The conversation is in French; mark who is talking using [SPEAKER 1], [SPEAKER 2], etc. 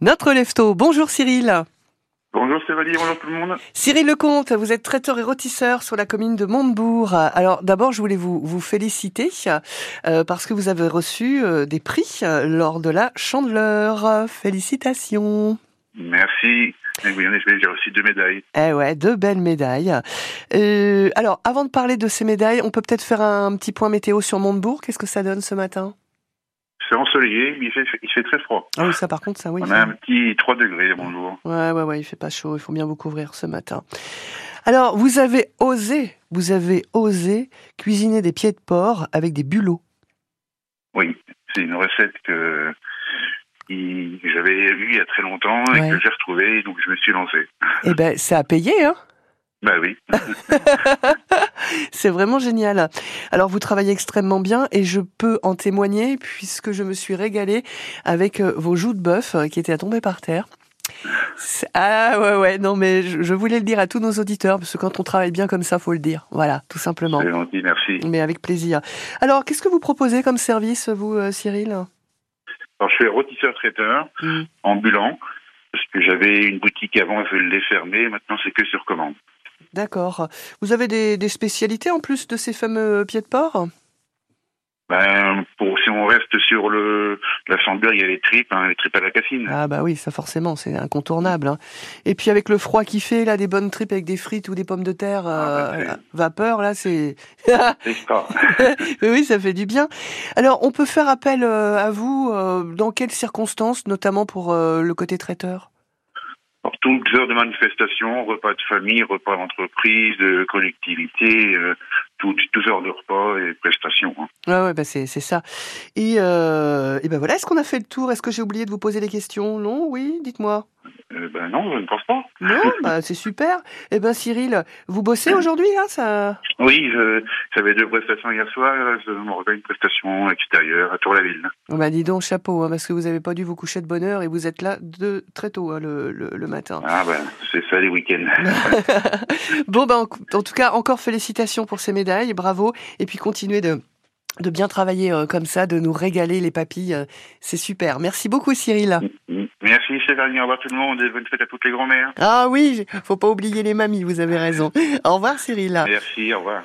[SPEAKER 1] Notre lefto, bonjour Cyril.
[SPEAKER 2] Bonjour Cévalie, bonjour tout le monde.
[SPEAKER 1] Cyril Lecomte, vous êtes traiteur et rôtisseur sur la commune de Montebourg. Alors d'abord, je voulais vous, vous féliciter euh, parce que vous avez reçu euh, des prix euh, lors de la Chandeleur. Félicitations.
[SPEAKER 2] Merci. Eh oui, en effet, j'ai reçu deux médailles.
[SPEAKER 1] Eh ouais, deux belles médailles. Euh, alors, avant de parler de ces médailles, on peut peut-être faire un petit point météo sur Montebourg. Qu'est-ce que ça donne ce matin
[SPEAKER 2] C'est ensoleillé, mais il fait, il fait très froid.
[SPEAKER 1] Ah oui, ça par contre, ça oui.
[SPEAKER 2] On
[SPEAKER 1] ça-
[SPEAKER 2] a un petit 3 degrés, bonjour.
[SPEAKER 1] Ouais, ouais, ouais, il fait pas chaud, il faut bien vous couvrir ce matin. Alors, vous avez osé, vous avez osé cuisiner des pieds de porc avec des bulots.
[SPEAKER 2] Oui, c'est une recette que qui- que j'avais eue il y a très longtemps et
[SPEAKER 1] Ouais.
[SPEAKER 2] que j'ai retrouvée, donc je me suis lancé.
[SPEAKER 1] Eh ben, ça a payé, hein
[SPEAKER 2] Bah oui,
[SPEAKER 1] C'est vraiment génial. Alors, vous travaillez extrêmement bien et je peux en témoigner puisque je me suis régalée avec euh, vos joues de bœuf euh, qui étaient à tomber par terre. C'est- Ah ouais, ouais, non, mais je je voulais le dire à tous nos auditeurs parce que quand on travaille bien comme ça, faut le dire. Voilà, tout simplement.
[SPEAKER 2] c'est gentil, merci.
[SPEAKER 1] Mais avec plaisir. Alors, qu'est-ce que vous proposez comme service, vous, euh, Cyril
[SPEAKER 2] Alors je suis rôtisseur-traiteur,
[SPEAKER 1] Mm.
[SPEAKER 2] ambulant, parce que j'avais une boutique avant, je l'ai fermée, maintenant c'est que sur commande.
[SPEAKER 1] D'accord. Vous avez des, des spécialités en plus de ces fameux pieds de porc
[SPEAKER 2] Ben, pour, si on reste sur le, la samburg, il y a les tripes, hein, les tripes à la cassine.
[SPEAKER 1] Ah bah oui, ça forcément, c'est incontournable. hein. Et puis avec le froid qui fait, là, des bonnes tripes avec des frites ou des pommes de terre
[SPEAKER 2] Ah,
[SPEAKER 1] euh,
[SPEAKER 2] bah,
[SPEAKER 1] à vapeur, là, c'est... Ah.
[SPEAKER 2] C'est extra.
[SPEAKER 1] oui, oui, ça fait du bien. Alors, on peut faire appel euh, à vous euh, dans quelles circonstances, notamment pour euh, le côté traiteur
[SPEAKER 2] Alors, toutes les heures de manifestation, repas de famille, repas d'entreprise, de collectivité, euh, toutes, toutes heures de repas et prestations. hein.
[SPEAKER 1] Ouais, ouais, bah c'est c'est ça. Et, euh, et ben voilà, est-ce qu'on a fait le tour Est-ce que j'ai oublié de vous poser des questions Non, oui, dites-moi.
[SPEAKER 2] Euh, ben non, je ne pense pas.
[SPEAKER 1] Non, bah c'est super. Eh ben Cyril, vous bossez aujourd'hui là, ça
[SPEAKER 2] Oui, je- j'avais deux prestations hier soir, là, je m'organise une prestation extérieure à Tour-la-Ville.
[SPEAKER 1] On m'a dit Oh, donc chapeau, hein, parce que vous avez pas dû vous coucher de bonne heure et vous êtes là de très tôt hein, le, le, le matin.
[SPEAKER 2] Ah ben, c'est ça les week-ends.
[SPEAKER 1] Bon ben en, en tout cas encore félicitations pour ces médailles, bravo et puis continuez de de bien travailler euh, comme ça, de nous régaler les papilles, euh, c'est super. Merci beaucoup Cyril.
[SPEAKER 2] Merci, Séverine, au revoir tout le monde et bonne fête à toutes les grand-mères.
[SPEAKER 1] Ah oui, j'ai- faut pas oublier les mamies, vous avez raison. Au revoir Cyril.
[SPEAKER 2] Merci, au revoir.